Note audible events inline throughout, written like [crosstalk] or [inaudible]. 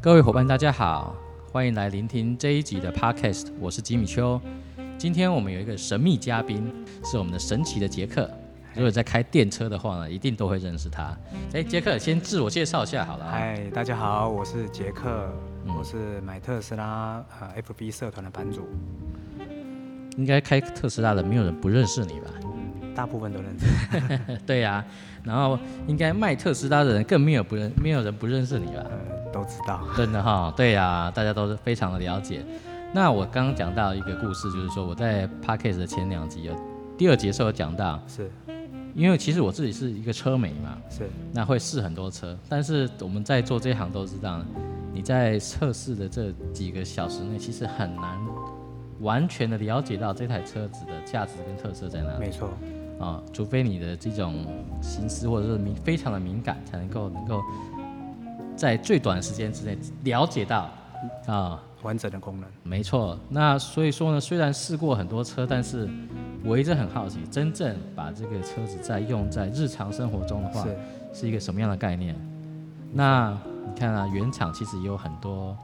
各位伙伴，大家好，欢迎来聆听这一集的 Podcast，我是吉米秋。今天我们有一个神秘嘉宾，是我们的神奇的杰克。如果在开电车的话呢，一定都会认识他。哎，杰克，先自我介绍一下好了啊。嗨，大家好，我是杰克，嗯我是买特斯拉呃 FB 社团的版主，应该开特斯拉的，没有人不认识你吧？大部分都认识。对呀、然后应该卖特斯拉的人更没有不认，没有人不认识你吧？呃，都知道。真的哈、对呀、大家都是非常的了解。那我刚刚讲到一个故事，就是说我在 podcast 的前两集有第二节的时候有讲到，是因为其实我自己是一个车媒嘛，是，那会试很多车，但是我们在做这一行都知道，你在测试的这几个小时内，其实很难完全的了解到这台车子的价值跟特色在哪里没错，啊、除非你的这种心思或者是敏非常的敏感，才能够能够在最短时间之内了解到啊。完整的功能。没错，那所以说呢，虽然试过很多车，但是我一直很好奇，真正把这个车子在用在日常生活中的话，是是一个什么样的概念？那你看啊，原厂其实也有很多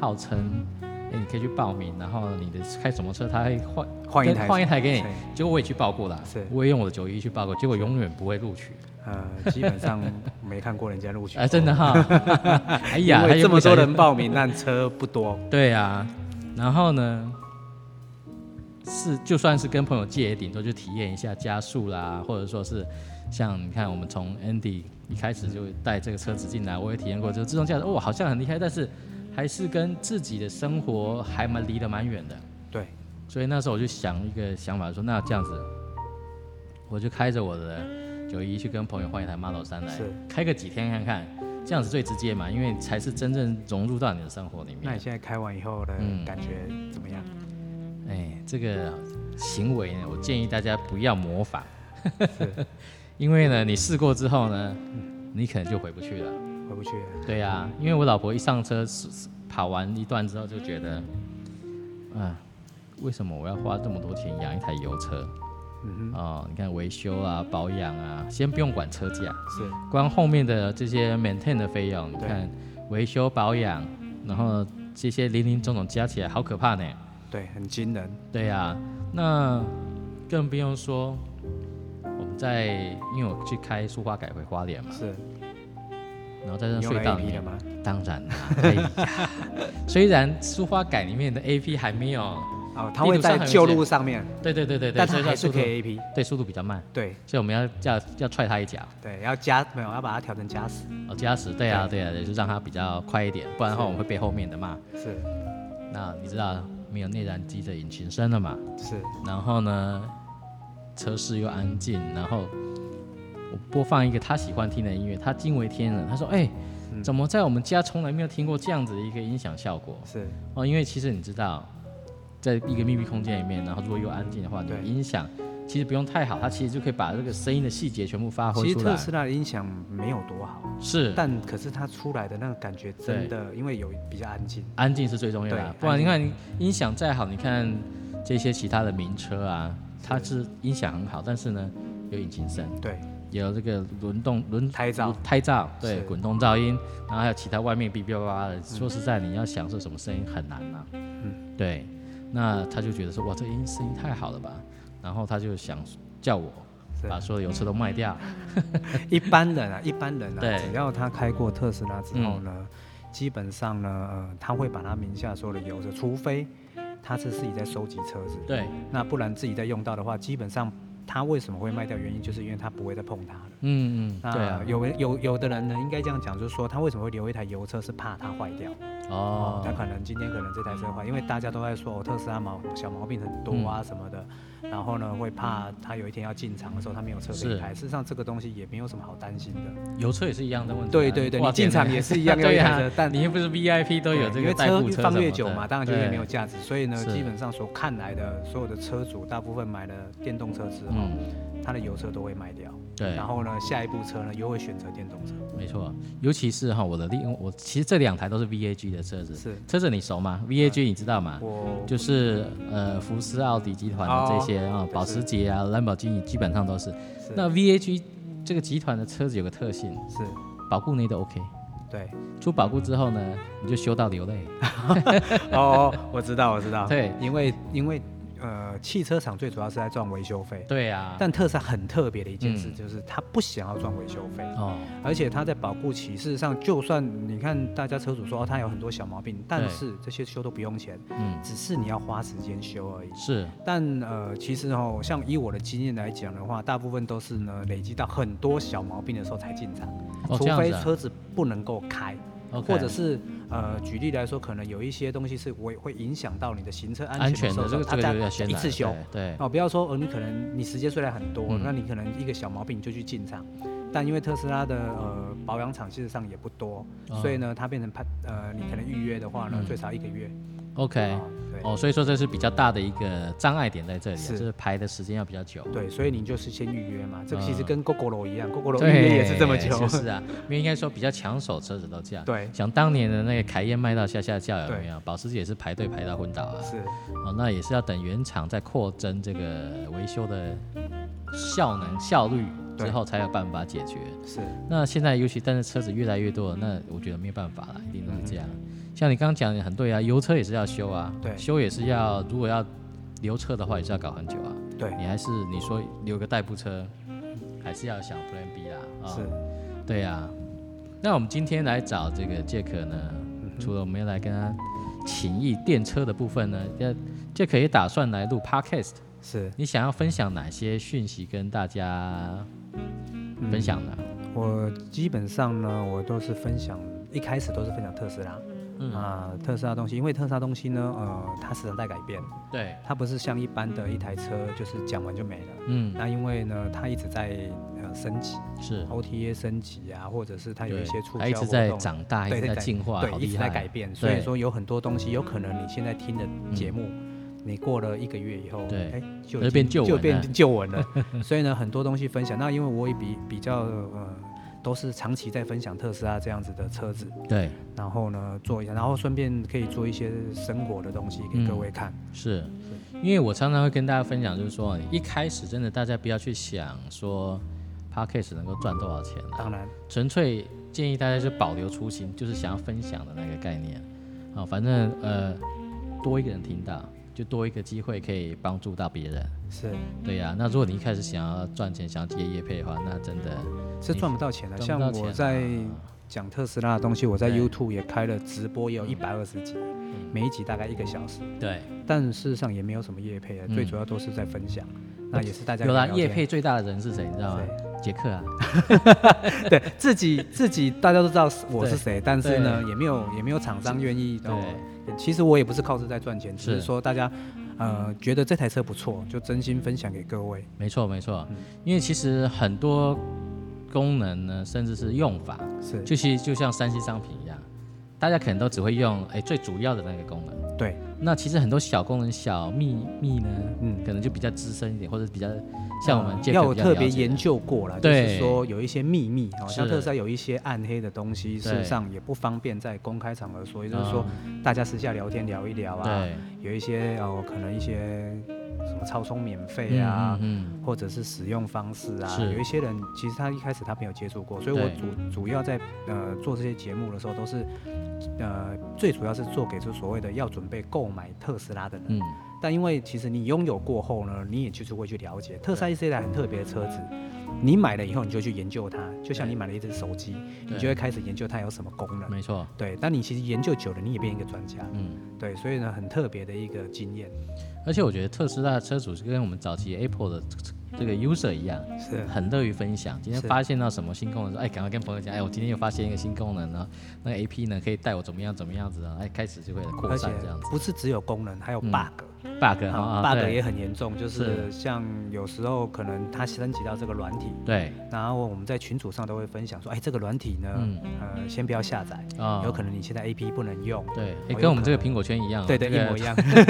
号称，哎，你可以去报名，然后你的开什么车，他会换换一台换一台给你对。结果我也去报过了，是我也用我的九一去报过，结果永远不会录取。呃，基本上没看过人 [laughs] 家录取。哎，真的。 [laughs] 哈，哎呀，因还为有这么不小多心人报名，但车不多。对啊，然后呢，是就算是跟朋友借，也顶多就体验一下加速啦，或者说是像你看，我们从 Andy 一开始就带这个车子进来，我也体验过，就自动驾驶，哦，好像很厉害，但是还是跟自己的生活还蛮离得蛮远的。对，所以那时候我就想一个想法，说那这样子，我就开着我的九一去跟朋友换一台 Model 3来是开个几天看看，这样子最直接嘛，因为才是真正融入到你的生活里面那。你现在开完以后的嗯感觉怎么样？哎，这个行为呢，我建议大家不要模仿， [laughs] 因为呢，你试过之后呢，你可能就回不去了。回不去了。对呀、因为我老婆一上车是是跑完一段之后就觉得，啊，为什么我要花这么多钱养一台油车？嗯哦，你看维修啊、保养啊，先不用管车价，哼，是光后面的这些 maintain 的费用，你对看维修保养，然后这些零零总总加起来，好可怕呢。对，很惊人。对呀、那更不用说我们在，因为我去开苏花改回花莲嘛，是，然后在那你用隧道 A 里 P 面的，吗？当然啦、哎呀， [laughs] 虽然苏花改里面的 A P 还没有，哦，它地会图上在很旧明路上面，对对对对对，但所它以它还是速度可以 A P。对速度比较慢，对所以我们要要要踹它一脚，对，要加没有，要把它调成加时。哦加时，对啊对啊，也就让它比较快一点，不然的话我们会被后面的骂。是那你知道没有内燃机的引擎声了嘛？是，然后呢，车室又安静，然后我播放一个他喜欢听的音乐，他惊为天人，他说：“哎、嗯怎么在我们家从来没有听过这样子的一个音响效果是哦？因为其实你知道，在一个密闭空间里面，然后如果又安静的话，你的对音响其实不用太好，它其实就可以把这个声音的细节全部发其挥实出特来。斯拉的音响没有多好，是但可是它出来的那个感觉真的，因为有比较安静，安静是最重要的啊、对不然你看音响再好，你看这些其他的名车啊，它是音响很好，但是呢有引擎声。”对，有这个轮动轮胎噪胎噪，对，是嗯滚动噪音，然后还有其他外面哔哔叭叭的。说实在，你要享受什么声音很难啊。嗯，对。那他就觉得说，哇，这音声音太好了吧？然后他就想叫我是把所有油车都卖掉。 [laughs] 嗯一般人啊，一般人对啊，只要他开过特斯拉之后呢，基本上呢，呃，他会把他名下所有的油车，除非他是自己在收集车子，对，那不然自己在用到的话，基本上他为什么会卖掉，原因就是因为他不会再碰它了。嗯嗯，对那啊，有有有的人呢，应该这样讲，就是说他为什么会留一台油车，是怕它坏掉。哦，他哦，可能今天可能这台车坏，因为大家都在说哦，特斯拉毛小毛病很多嗯啊什么的，然后呢会怕他有一天要进厂的时候他没有车可是以开。事实上这个东西也没有什么好担心的。油车也是一样的问题啊。对对对，哇你进厂也是一样要 [laughs] 一对台啊车，，但你又不是 VIP 都有这因个为代车步越车放什越么久的嘛，当然就越对没有价值。所以呢，是基本上所看来的所有的车主，大部分买了电动车之后，嗯，他的油车都会卖掉。对然。后呢，下一部车呢又会选择电动车。没错，尤其是哈，我的另我其实这两台都是 VAG 的车子，是车子你熟吗？VAG 你知道吗？我就是呃，福斯、奥迪集团的这些啊、哦保时捷啊、兰博基尼基本上都是。是那 VAG 这个集团的车子有个特性，是保固内都 OK，对，出保固之后呢，你就修到流泪。哦，哦我知道，我知道，对因为因为呃，汽车厂最主要是在赚维修费，对啊，但特斯拉很特别的一件事嗯就是他不想要赚维修费，哦，而且他在保固期，事实上就算你看大家车主说哦，他有很多小毛病，但对是这些修都不用钱，嗯，只是你要花时间修而已。是，但呃，其实哦，像以我的经验来讲的话，大部分都是呢累积到很多小毛病的时候才进场，哦除这样非子啊车子不能够开。 OK 或者是呃，举例来说，可能有一些东西是会会影响到你的行车安安全的全的时这候，个这它个再就要先一来次修。对，对哦，不要说，呃，你可能你时间虽然很多，嗯那你可能一个小毛病你就去进厂，但因为特斯拉的呃保养厂事实上也不多，哦所以呢，它变成判呃，你可能预约的话呢，嗯最少一个月。 ，OK，哦对哦，所以说这是比较大的一个障碍点在这里啊，是就是排的时间要比较久。对，所以你就是先预约嘛，这个嗯其实跟 GoGoRo 一样，GoGoRo 对，预约也是这么久。就是啊，因为应该说比较抢手车子都这样。 [laughs] 对想当年的那个凯宴卖到下下轿有对没有？保时捷也是排队排到昏倒啊。是哦，那也是要等原厂在扩增这个维修的效能效率之对后，才有办法解决。是，那现在尤其但是车子越来越多了，那我觉得没有办法了，一定都是这样。像你刚刚讲的很对啊，油车也是要修啊，嗯对修也是要，如果要留车的话，也是要搞很久啊。对，你还是你说留个代步车，还是要想 Plan B 啦。啊、是，对啊，那我们今天来找这个杰克呢，嗯除了我们要来跟他情谊电车的部分呢，要杰克也打算来录 Podcast。是。你想要分享哪些讯息跟大家分享呢？嗯我基本上呢，我都是分享，一开始都是分享特斯拉。嗯啊，特斯拉东西，因为特斯拉东西呢，呃，它时常在改变，对，它不是像一般的一台车就是讲完就没了。嗯，那因为呢，它一直在呃升级是， ，OTA 升级啊，或者是它有一些对促销它一直活在动啊长大，一对直对在对进化，对好，一直厉在害。改变。所以对说有很多东西，有可能你现在听的节目，你过了一个月以后，嗯对哎，就就已经变旧啊闻就了变旧闻 [laughs] 了。所以呢，很多东西分享。那因为我也比比较呃，都是长期在分享特斯拉这样子的车子，对，然后呢做一下，然后顺便可以做一些生活的东西嗯给各位看。是，因为我常常会跟大家分享，就是说一开始真的大家不要去想说 p a c k a g e 能够赚多少钱、当啊，然，纯粹建议大家就保留初心，就是想要分享的那个概念。啊、反正呃，多一个人听到，就多一个机会可以帮助到别人。是对呀、那如果你一开始想要赚钱，想要接业配的话，那真的是赚不到钱的。赚不到像钱、我啊。在讲特斯拉的东西，我在对嗯 YouTube 也开了直播，也有一百二十集，每一集大概一个小时。对，但事实上也没有什么业配啊，嗯哦最主要都是在分享，那也是大家有啦，可以业聊天配最大的人是谁，你知道吗？杰克啊，对自己自己大家都知道是我是谁，但是呢对也没有也没有厂商愿意对哦。其实我也不是靠这在赚钱，是只是说大家呃觉得这台车不错，就真心分享给各位。没错没错，嗯因为其实很多功能呢，甚至是用法，是，就是就像三 C 商品一样，大家可能都只会用哎最主要的那个功能。对，那其实很多小功能、小秘密呢，嗯可能就比较资深一点，或者比较像我们杰克要有比较了特解别的研究过了，就对是说有一些秘密，好像是特斯拉有一些暗黑的东西，事对嗯实上也不方便在公开场合说，也就是说大家私下聊天聊一聊啊，啊对，有一些哦可能一些什么超充免费啊，嗯，或者是使用方式啊，是有一些人其实他一开始他没有接触过，所以我对主主要在呃做这些节目的时候都是呃最主要是做给出所谓的要准备购买特斯拉的人，嗯嗯但因为其实你拥有过后呢，你也就是会去了解特斯拉是一台很特别的车子，你买了以后你就去研究它，就像对你买了一只手机，对你就会开始研究它有什么功嗯，能。没错，对，但你其实研究久了，你也变一个专家。嗯。对，所以呢，很特别的一个经验。而且我觉得特斯拉的车主是跟我们早期 Apple 的这个 user 一样，是很乐于分享。今天是发现到什么新功能，说哎，赶快跟朋友讲，哎，我今天又发现一个新功能了，那个 AP 呢可以带我怎么样怎么样子啊，哎，开始就会扩而且散这样子。不是只有功能，还有 bug。 bug 哈啊啊 [laughs] bug 对也很严重，就是像有时候可能它升级到这个软体，对然后我们在群组上都会分享说，哎，这个软体呢，嗯呃，先不要下载，啊，有可能你现在 A P 不能用。对，哎，哦跟我们这个苹果圈一样哦，对对，这一个模一样， [laughs]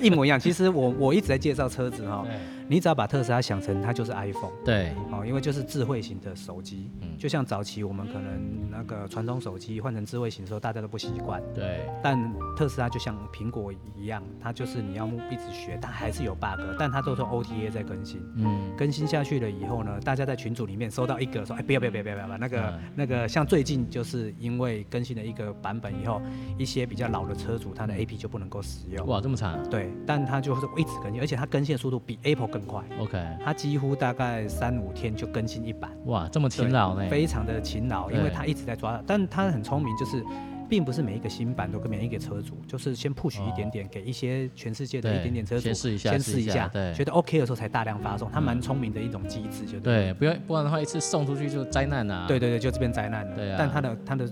一模一样。其实我我一直在介绍车子哈、你只要把特斯拉想成它就是 iPhone 对哦，因为就是智慧型的手机，嗯就像早期我们可能那个传统手机换成智慧型的时候，大家都不习惯。对对但特斯拉就像苹果一样，它就是你要目一一直学，它还是有 bug，但它都是 OTA 在更新。嗯，更新下去了以后呢，大家在群组里面收到一个说，哎，不要不要不要不要不要，那个、嗯那个，像最近就是因为更新了一个版本以后，一些比较老的车主它的 AP 就不能够使用，嗯哇，这么惨啊对，但它就是一直更新，而且它更新的速度比 Apple 更快， ，OK，它几乎大概三五天就更新一版，哇，这么对勤劳呢，非常的勤劳，因为对它一直在抓，但它很聪明，就是。并不是每一个新版都跟每一个车主，就是先 push 一点点，给一些全世界的一对点点车主先试一下先试试一一下下，对觉得 OK 的时候才大量发送，它蛮聪明的一种机制，就对对，了。不要不然的话一次送出去就灾难啊，对，对对，就这边灾难了。对啊但它的它的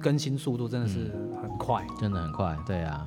更新速度真的是很快，真的很快，对啊，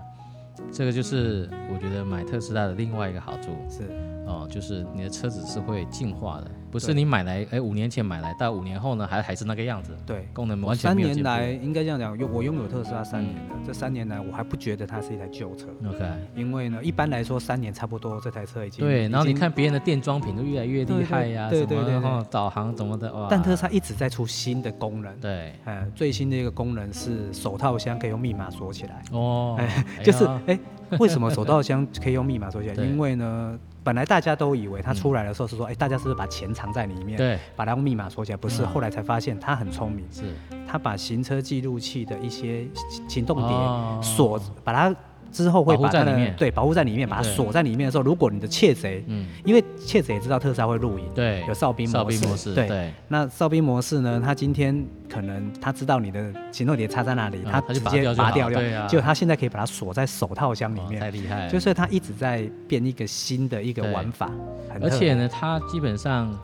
这个就是我觉得买特斯拉的另外一个好处是哦，就是你的车子是会进化的，不是对你买来哎五年前买来到五年后呢还还是那个样子，对。功能我嗯完全三没有进年步。来应该这样讲，我拥有特斯拉三年了，这三年来我还不觉得它是一台旧车， OK，因为呢，一般来说三年差不多这台车已经对，已然后你经，看别人的电装品就越来越对厉对害呀、对什对么对然对后导航什么的，哇，但特斯拉一直在出新的功能，对呃，最新的一个功能是手套箱可以用密码锁起来，哦，哎 [laughs] 就是呀哎，为什么手套箱可以用密码锁起来？ [laughs] 对因为呢，本来大家都以为它嗯出来的时候是说，哎，大家是不是把钱藏在里面？对嗯把它用密码锁起来，不是，后来才发现他很聪明，是他把行车记录器的一些行行动哦点锁，把它之后会保护把它在里的面嗯对保护在里面，把它对锁在里面的时候，如果你的窃贼，嗯因为窃贼也知道特斯拉会录影，对有哨兵哨模兵模式，式对。对那哨兵模式呢？他今天可能他知道你的行动点插在哪里，嗯他他就直拔接掉就拔好掉对啊哎结果他现在可以把它锁在手套箱里哇面，哦太厉害了，就是他一直在变一个新的一个对玩法，很而特且别呢，它基本上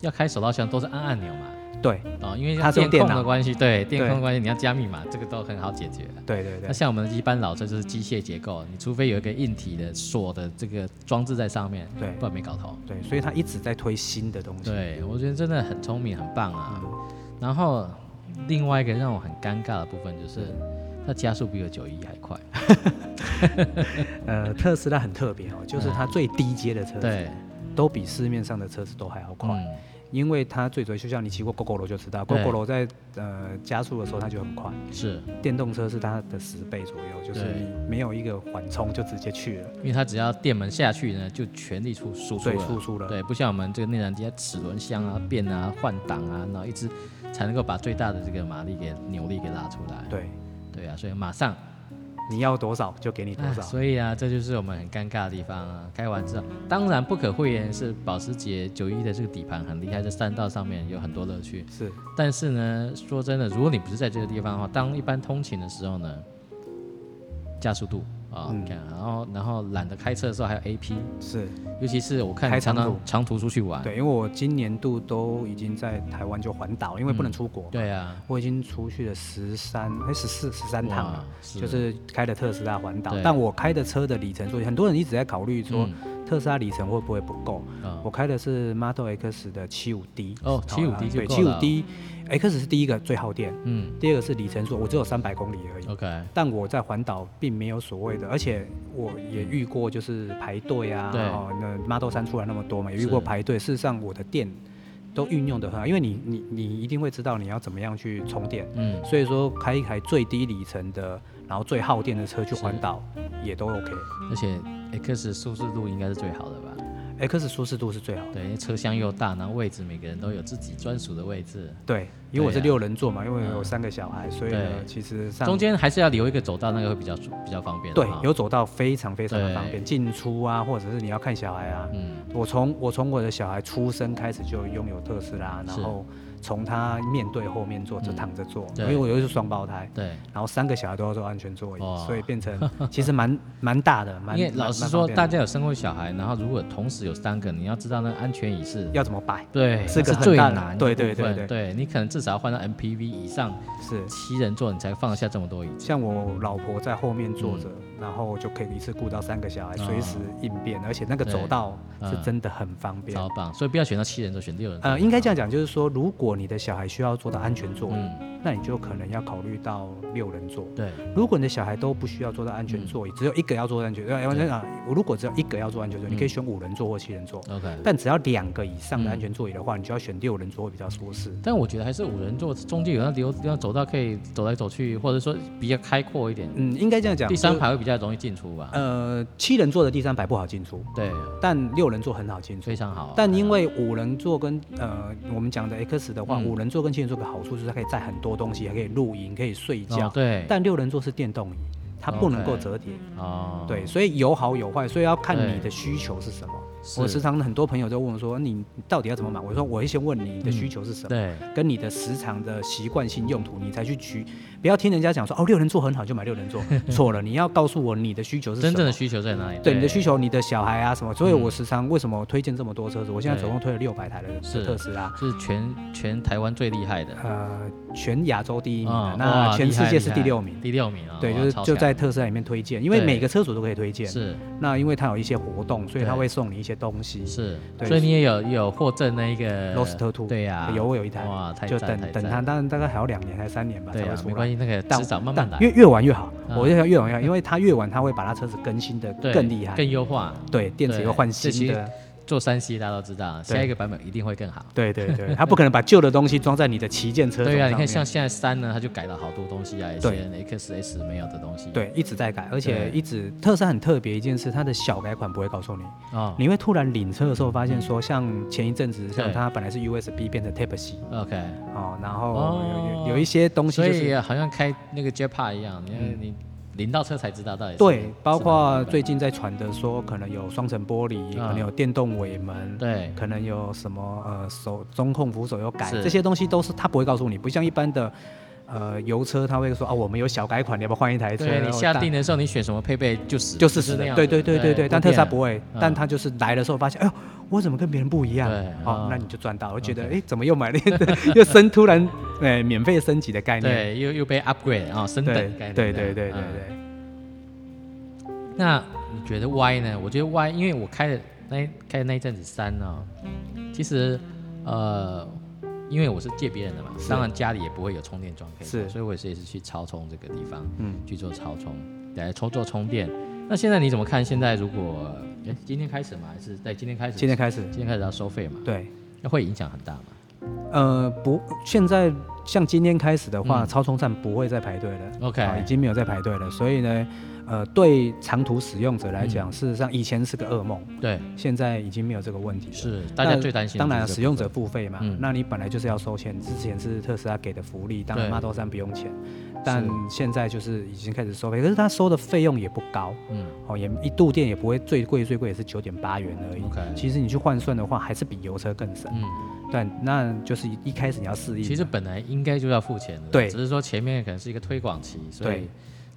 要开手套箱都是按按钮嘛，对哦，因为它是用电控电脑的关系，对电控对的关系，你要加密码，这个都很好解决。对对对那，像我们一般老车就是机械结构，你除非有一个硬体的锁的这个装置在上面，对不然没搞头。对，所以他一直在推新的东西。嗯对，我觉得真的很聪明，很棒啊。然后另外一个让我很尴尬的部分就是，它加速比我九一还快。呃，特斯拉很特别哦，就是它最低阶的车子对，都比市面上的车子都还要快，嗯，因为它最主要就像你骑过 GoGo 罗就知道对，GoGo 罗在呃加速的时候它就很快，是电动车是它的十倍左右，就是对你没有一个缓冲就直接去了，因为它只要电门下去呢，就全力出输出对，了。输出了。对，不像我们这个内燃机，它齿轮箱啊、变啊、换挡啊，然后一直才能够把最大的这个马力给扭力给拉出来。对，对啊，所以马上你要多少就给你多啊少。所以啊，这就是我们很尴尬的地方啊。开完之后，当然不可讳言是保时捷九一的这个底盘很厉害，在山道上面有很多乐趣。是，但是呢，说真的，如果你不是在这个地方的话，当一般通勤的时候呢，加速度啊，嗯你看，然后然后懒得开车的时候还有 AP，是，尤其是我看开常长常途长途出去玩，对，因为我今年度都已经在台湾就环岛，因为不能出国，对啊，我已经出去了十三哎十四十三趟哇了。，是啊就是开的特斯拉环岛对，但我开的车的里程数，很多人一直在考虑说嗯特斯拉里程会不会不够。啊我开的是 Model X 的七五 D，哦75D 对，就七够五了 D，X 是第一个最耗电，嗯第二个是里程数，我只有三百公里而已。 ，OK，但我在环岛并没有所谓的，而且我也遇过就是排队啊，对哦，那 Model 三出来那么多嘛，也遇是过排队。事实上，我的电都运用的很好，因为你你你一定会知道你要怎么样去充电，嗯，所以说开一台最低里程的，然后最耗电的车去环岛也都 OK。而且 X 舒适度应该是最好的吧？ X 舒适度是最好的，对，因为车厢又大，然后位置每个人都有自己专属的位置，对，因为我是对啊嗯六人座嘛，因为我有三个小孩，所以呢对，其实上中间还是要留一个走道，那个会比较舒比较方便。对哈有走道非常非常的对方便，进出啊，或者是你要看小孩啊。嗯，我从我从我的小孩出生开始就拥有特斯拉，然是嗯后从他面对后面坐就躺着坐，对因为我又是双胞胎，对，然后三个小孩都要坐安全座椅哇，所以变成其实蛮蛮大的，蛮因为蛮老实蛮说，方便的大家有生过小孩，然后如果同时有三个，你要知道那个安全椅是。要怎么摆对，是个那很最大的难的对部对对分对对你可能至少要换到 MPV 以上是。七人座，你才放得下这么多椅子。像我老婆在后面坐嗯着，然后就可以一次顾到三个小孩，哦随时应变，而且那个对走道嗯是真的很方便呃超。棒！所以不要选到七人座，选六人座就好。呃，应该这样讲，就是说，如果你的小孩需要坐到安全座，嗯，那你就可能要考虑到六人座。对，如果你的小孩都不需要坐到安全座椅，只有一个要坐安全，呃，要嗯对那我如果只有一个要坐安全座椅，你可以选五人座或七人座。 OK。但只要两个以上的安全座椅的话，你就要选六人座会比较舒适。但我觉得还是五人座中间有那留要走道可以走来走去，或者说比较开阔一点，嗯，应该这样讲。第三就，排会比较容易进出吧。呃，七人座的第三排不好进出，对，啊但六人座很好进出。非常好。哦但因为五人座跟呃我们讲的 X 的话，嗯五人座跟七人座的好处就是它可以载很多东西，还可以露营，可以睡哦觉。对，但六人座是电动椅，它不能够折叠。哦，对，所以有好有坏，所以要看对你的需求是什么。是，我时常很多朋友在问我说，你到底要怎么买？我说我会先问你的需求是什嗯么，对，跟你的时常的习惯性用途，你才去取。不要听人家讲说哦六人座很好就买六 [laughs] 人座，错了，你要告诉我你的需求是什么。真正的需求在哪里？对你的需求，你的小孩啊什么，所以我时常为什么推荐这么多车子？我现在对总共推了六百台的是特斯拉，是全全台湾最厉害的，呃，全亚洲第一名啊的，那哇全厉世害界厉是害第六名。第六名啊，对，哇就是超就强在特斯拉里面推荐，因为对每个车主都可以推荐。是那因为它有一些活动，所以它对会送你一些东西。是，对所以你也有有获赠那一个 Roadster Two 对呀，有我有一台啊哇，太就赞等太等赞嗯它，当然大概还要两年还是三年吧对才会啊，出没来关。系，那个但迟早慢慢但来，越越晚越好，嗯我就想越晚越好，因为它越晚它会把它车子更新的对更厉害。更优化。对，电池对又换这新其的实。做山西大家都知道，对下一个版本一定会更好。对对对，它不可能把旧的东西装在你的旗舰车。对呀、啊，你看像现在三呢，它就改了好多东西啊，一对些 XS 没有的东西。对，一直在改，而对且一直特斯拉很特别一件事，它的小改款不会告诉你，哦你会突然领车的时候发现说，像前一阵子，像对它本来是 USB 变成 Type C ，OK，哦，然后哦有有有一些东西所就是嗯以好像开那个 Jetpack 一样，你看你领到车才知道到底是对，包是哪括一个版最近在传的说，可能有双层玻璃，可啊能有电动尾门本。对可能有什么呃手中控扶手有改，是这些东西都是它不会告诉你，不像一般的呃油车，它会说啊我们有小改款，你要不要换一台车？对，你下大定的时候你选什么配备就是就是死是那的，样对子。对对对对，但特斯拉不会会嗯，但他就是来的时候发现，哎呦，我怎么跟别人不一样对？好嗯，那你就赚到，我觉得， OK 哎，怎么又买了，又升突然，哎，免费升级的概念，对，又又被 upgrade 啊、升对等对概念对对这样对对嗯对，那你觉得 Y 呢？我觉得 Y，因为我开的那开的那一阵子三哦，其实呃，因为我是借别人的嘛，是当然家里也不会有充电桩可以做，是所以我也是也是去超充这个地方嗯，去做超充，来充做充电。那现在你怎么看？现在如果哎今天开始嘛，还是在今天开始？今天开始，今天开始要收费嘛？对，那会影响很大嘛？呃，不，现在像今天开始的话，嗯超充站不会再排队了 OK 啊已经没有再排队了，所以呢，呃，对长途使用者来嗯讲，事实上以前是个噩梦，对，现在已经没有这个问题了。是大家那最担心的当然，啊就是使这个用部分者付费嘛，嗯那你本来就是要收钱，之前是特斯拉给的福利，当然对 Model 3不用钱，但现在就是已经开始收费，可是它收的费用也不高，嗯哦，也一度电也不会最贵，最贵也是九点八元而已。 OK 其实你去换算的话，还是比油车更省。嗯。对，那就是一一开始你要适应嘛。其实本来应该就要付钱的，啊对只是说前面可能是一个推广期，所以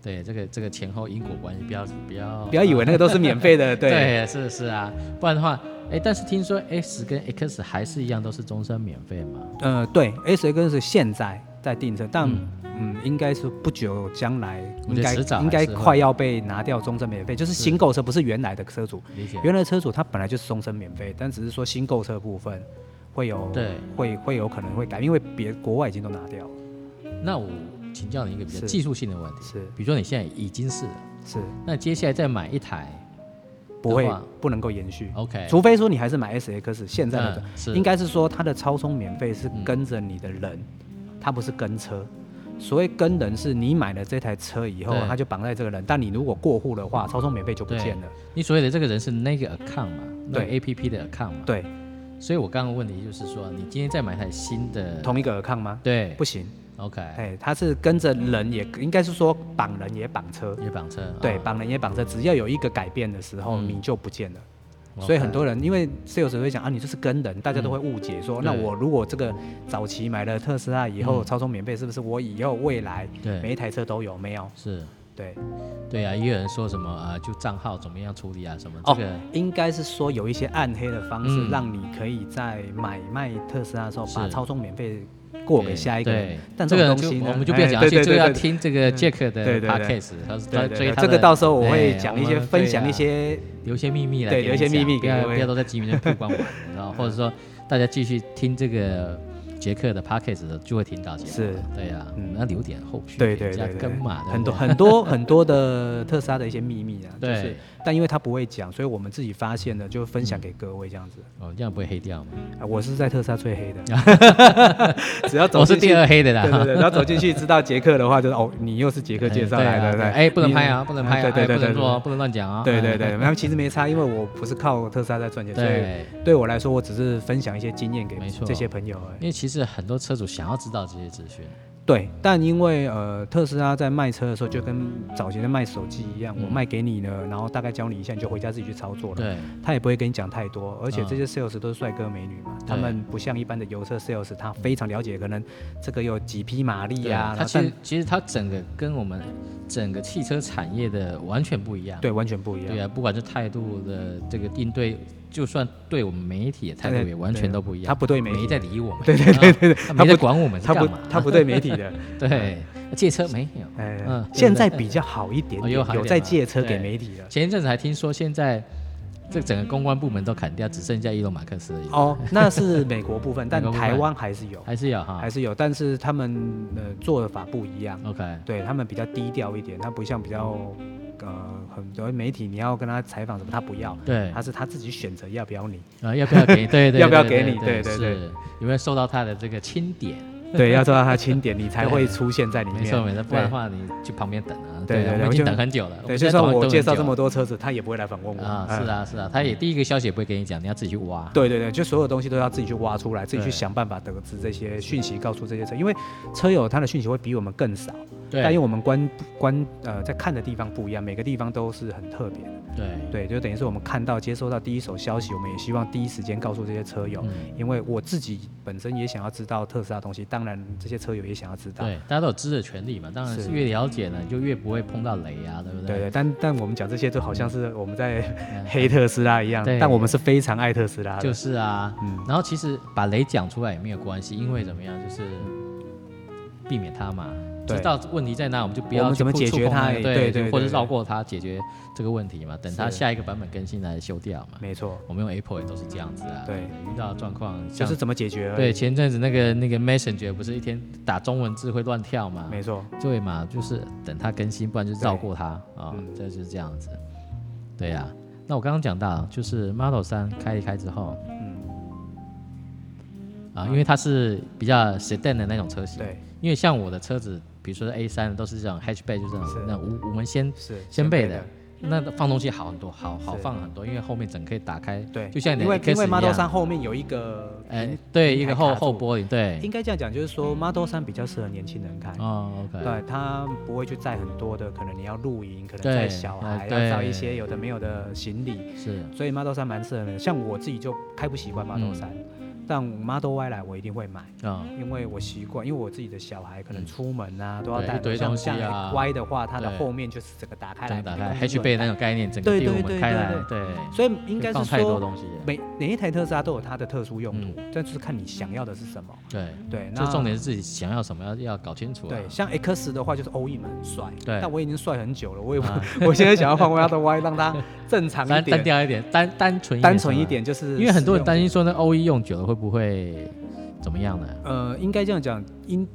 对这个这个前后因果关系，不要不要啊不要以为那个都是免费的，对。 [laughs] 对是是啊，不然的话，哎，但是听说 X 跟 X 还是一样都是终身免费嘛，呃，对，S 跟是现在在订车，但嗯嗯应该是不久将来，我应觉得该迟早还应该是会快要被拿掉终身免费，就是是新购车，不是原来的车主，理解？原来车主他本来就是终身免费，但只是说新购车部分会有对会会有可能会改，因为别国外已经都拿掉了，那我请教你一个比较是技术性的问题，是比如说你现在已经是了，是那接下来再买一台不会的话不能够延续， ，OK，除非说你还是买 S X 现在的，嗯是应该是说它的超充免费是嗯跟着你的人，它不是跟车。所谓跟人是你买了这台车以后对，嗯它就绑在这个人，但你如果过户的话，超充免费就不对见了。你所谓的这个人是那个 account 嘛，那个对 APP 的 account 嘛，对，所以我刚刚的问题就是说，你今天再买一台新的，同一个 account 吗？对不行， ，OK，哎，它是跟着人也，应该是说绑人也绑车。也绑车，对，啊绑人也绑车，只要有一个改变的时候，嗯你就不见了。 OK 所以很多人因为 sales 会讲啊，你这是跟人，大家都会误解说，对那我如果这个早期买了特斯拉以后嗯超充免费，是不是我以后未来每对，一台车都有？没有，是，对，对啊，也有人说什么啊、就账号怎么样处理啊，什么这哦个、应该是说有一些暗黑的方式，嗯让你可以在买卖特斯拉的时候是把超充免费过给下一个人对。但这这个种人东就西呢，我们就不要讲下去，哎对对就对要对听这个 Jack 的对对对 podcast，他是对追追对对，他这的个到时候我哎会讲一我些们分享对啊一些留一些秘密来对给你留一些秘讲密不要给各位 [laughs] 不要都在集里面曝光完，然后或者说大家继续听这个杰克的 p a c k a g e 的就会听到节目。是，对呀、啊，我嗯们要留点后续给对对人家对对，跟嘛，对很不多对很多 [laughs] 很多的特斯拉的一些秘密啊，就对是，但因为他不会讲，所以我们自己发现了就分享嗯给各位这样子。哦，这样不会黑掉吗？啊我是在特斯拉最黑的， [laughs] 只要走我是进去第二 [laughs] 黑的啦。对对对，然后走进去知道杰克的话，就是哦，你又是杰克介绍来的，哎对啊对对哎，不能你拍啊，不能拍啊，对对哎对不能对，做啊，不能乱讲啊。对对哎对，他们其实没差，因为我不是靠特斯拉在赚钱，所以对，对我来说，我只是分享一些经验给没错这些朋友而已。因为其实很多车主想要知道这些资讯，对，但因为呃，特斯拉在卖车的时候，就跟早前的卖手机一样，嗯我卖给你了，然后大概教你一下，你就回家自己去操作了。对，他也不会跟你讲太多，而且这些 sales 都是帅哥美女嘛，他对们不像一般的油车 sales，他非常了解，可能这个有几匹马力对啊，它然后其但实其实它整个跟我们整个汽车产业的完全不一样。对完全不一样对。啊，不管是态度的这个应对，就算对我们媒体的态对度对也完全都不一样。他不对媒没体在理我们，对对对对对，他没不在管我们是他干不嘛？他不对媒体的， [laughs] 对借车没有，哎嗯，现在对比较好一点哦点，有好一有点在吗借车对给媒体 [laughs] 了。前一阵子还听说现在这整个公关部门都砍掉，只剩下伊隆马克思而已，哦，那是美国部分，但 [laughs] 美国部分啊台湾还是 [laughs] 有，还是有哈还是有，但是他们呃做法不一样， ，OK，对他们比较低调一点，他不像比较呃很多媒体你要跟他采访什么，他不要，对，他是他自己选择要 [laughs] 不要你，啊，要不要 [laughs] 给？对对，啊要不要对给你对对对对是有没有受到他的这个钦点？对，要做到他清点，你才会出现在里面。没错没错，不然的对话你去旁边等啊，对对我对们已我经就等很久了，对，们现就在算等我很介久绍这了么多车子，他也不会来访问我啊，嗯是啊是啊，他也第一个消息也不会给你讲，你要自己去挖。对对对，就所有东西都要自己去挖出来，自己去对想办法得知这些讯息，告诉这些车，因为车友他的讯息会比我们更少，对但因为我们观观呃在看的地方不一样，每个地方都是很特别的，对对，就等于是我们看到接收到第一手消息，我们也希望第一时间告诉这些车友，嗯因为我自己本身也想要知道特斯拉的东西，当然这些车友也想要知道，对，大家都有知的权利嘛，当然是是越了解呢，就越不会碰到雷啊，对不对对？对，但但我们讲这些就好像是我们在黑特斯拉一样对，但我们是非常爱特斯拉的，就是啊，嗯然后其实把雷讲出来也没有关系，因为怎么样，就是避免它嘛。对知道问题在哪，我们就不我要们去怎么触解触决碰它那个也对对就对或者对绕过它解决这个问题嘛。等它是下一个版本更新来修掉嘛。没错，我们用 Apple 也都是这样子啊。对遇到状况就像是怎么解决而已，对前阵子那个那个 Messenger 不是一天打中文字会乱跳嘛？没错。对嘛，就是等它更新，不然就绕过它啊嗯，这就是这样子。对呀、那我刚刚讲到，就是 Model 三开一开之后，嗯啊，因为它是比较 sedan 的那种车型，，对，因为像我的车子，比如说 A 三都是这种 hatchback，就是那种是那种无无门掀是掀背背的，那放东西好很多，好好是放很多，因为后面整可以打开，对，就像你的因为 Eclipse 因为一 Model 样三后面有一个，哎，对，一平个台后卡住后玻璃，对应，该这样讲，就是说 Model 三比较适合年轻人开。哦，OK，对，它不会去载很多的，可能你要露营，可能对载小孩，呃要载对一些有的没有的行李，是，所以 Model 三蛮适合的。像我自己就开不习惯 Model 三、嗯但 Model Y 来我一定会买，啊，因为我习惯，因为我自己的小孩可嗯能出门啊、都要对带一堆像东西像啊 Y 的话，它的对后面就是整个打开整来，个打开你根本就 hatchback 那种概念，整个对第五对门对开对来，对对，所以应该是放太多说东西了，每每一台特斯拉都有它的特殊用途，但就是看你想要的是什么。对。对，那就嗯重点是自己想要什么要要搞清楚、啊。对，像 X 的话就是 O E 嘛，很帅。对但我已经帅很久了，我也不、啊 [laughs] 我现在想要换 Y 的 Y，让它正常一单单点、调一点，单单纯单纯一是吧，点，就是因为很多人担实心说那 O E 用久了会不会怎么样呢？用。呃，应该这样讲，因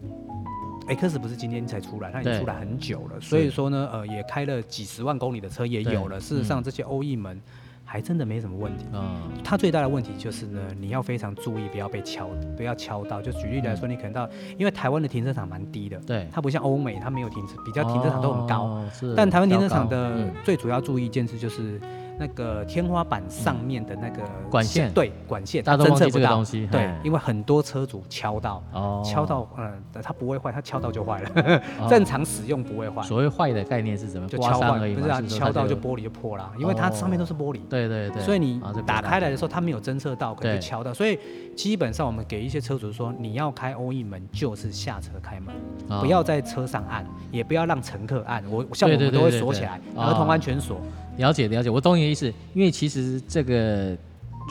X 不是今天才出来，它已对经出来很久了，所以说呢，呃，也开了几十万公里的车也有了。对事实上，这些 O E 门还真的没什么问题。嗯，它最大的问题就是呢，你要非常注意，不要被敲，不要敲到。就举例来嗯说，你可能到，因为台湾的停车场蛮低的，对，它不像欧美，它没有停车，比较停车场都很高。嗯哦是但台湾停车场比较的高嗯最主要注意一件事就是那个天花板上面的那个管线对管线，大家都侦忘测记不这个到东。西，对嘿，因为很多车主敲到，哦敲到，嗯，它不会坏，它敲到就坏了， [laughs] 正常使用不会坏，所谓坏的概念是怎么就刮敲伤坏而已不嘛，是啊，说敲它哦到就玻璃就破了，啊因为它上面都是玻璃。对对对，啊所以你然后就打破开来的时候，它没有侦测到，可能对就敲到。所以基本上我们给一些车主说，你要开欧 E 门就是下车开门，哦不要在车上按，也不要让乘客按。我像对我对们都对会对锁对起来，哦儿童安全锁。了解了解，我懂你的意思，因为其实这个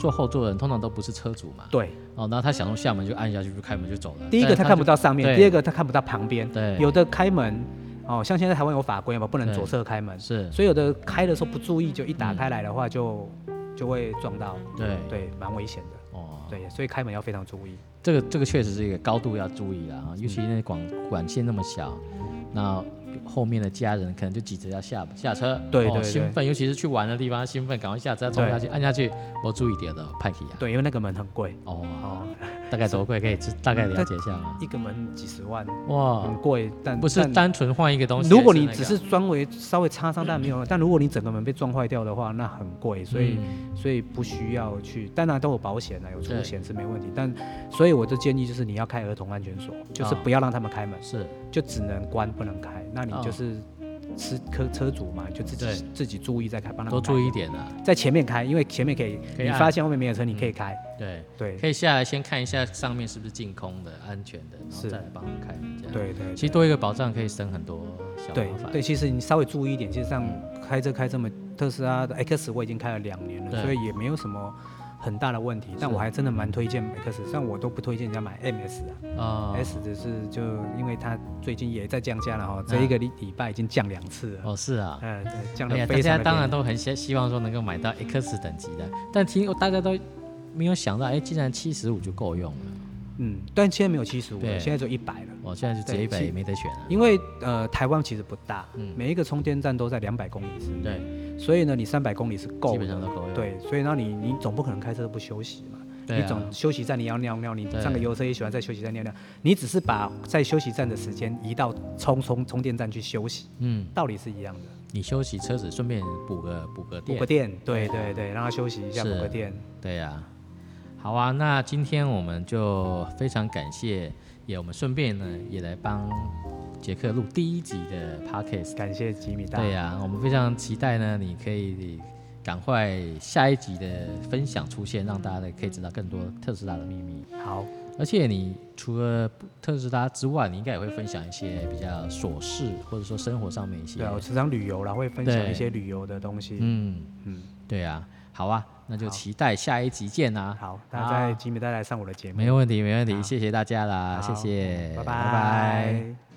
坐后座的人通常都不是车主嘛，对，哦，然后他想从下门就按下去就开门就走了，第一个但他看不就到上面，对第二个他看不到旁边。对有的开门，哦，像现在台湾有法规嘛，不能对嗯左侧开门，是，所以有的开的时候不注意，就一打开来的话就就会撞到，对对，蛮危险的。哦，对，所以开门要非常注意。这个这个确实是一个高度要注意了啊，尤其嗯那管管线那么小，那后面的家人可能就急着要下下车，对哦对对兴奋，尤其是去玩的地方兴奋，赶快下车冲下去按下去，我注意点的派克啊，对，因为那个门很贵哦，哦，大概多贵可以知大概了解一下吗？一个门几十万，哇很，贵，但啊不是嗯但单纯换一个东西，如果而你那个嗯只是专为稍微擦伤，但没有。但如果你整个门被撞坏掉的话，那很贵，所以、嗯所以不需要去。当然都有保险了，啊有出对险是没问题。但所以我的建议就是你要开儿童安全锁，就是啊不要让他们开门，是就只能关不能开。那你啊就是吃车车主嘛，就自己对自己注意再开，帮他们多注意意一点啊，在前面开，因为前面可以，可以你按发现后面没有车，你可以开。对，对可以下来先看一下上面是不是净空的、安全的，然后是再来帮我们开门这样。，对对其实多一个保障可以省很多小对麻烦。嗯对，其实你稍微注意一点，其实上开车开这么特斯拉的 X 我已经开了两年对了，所以也没有什么很大的问题。但是我还真的蛮推荐 X，像我都不推荐人家买 MS 啊、啊 s 只是就因为它最近也在降价了哈、哦，这嗯一个礼礼拜已经降两次了，哦是啊，嗯、对降哎呀的大非常家的当然便宜。都很希希望说能够买到 X 等级的，但听大家都没有想到，哎，竟然七十五就够用了。嗯，但现在没有七十五对了，现在就一百了。我现在就直接一百对也没得选啊了。因为呃，台湾其实不大，嗯每一个充电站都在两百公里之内，对，所以呢，你三百公里是够的，基本上都够用。对，所以那你你总不可能开车不休息嘛？嗯对啊你总休息站你要尿尿，你对上个油车也喜欢在休息站尿尿，你只是把在休息站的时间移到充充充电站去休息，嗯，道理是一样的。你休息车子，顺便补个补个补电个。电，对对对，让它休息一下，补是个电。对呀、好啊，那今天我们就非常感谢，也我们顺便呢也来帮杰克录第一集的 podcast。感谢吉米大，对呀、我们非常期待呢，你可以赶快下一集的分享出现，让大家可以知道更多特斯拉的秘密。好，而且你除了特斯拉之外，你应该也会分享一些比较琐事，或者说生活上面一些。对啊，我时常旅游啦，会分享对一些旅游的东西。嗯嗯，对呀、好啊，那就好期待下一集见啊。好，那好在吉米大来上我的节目没，问题，没问题，好谢谢大家啦，好谢谢，拜拜拜拜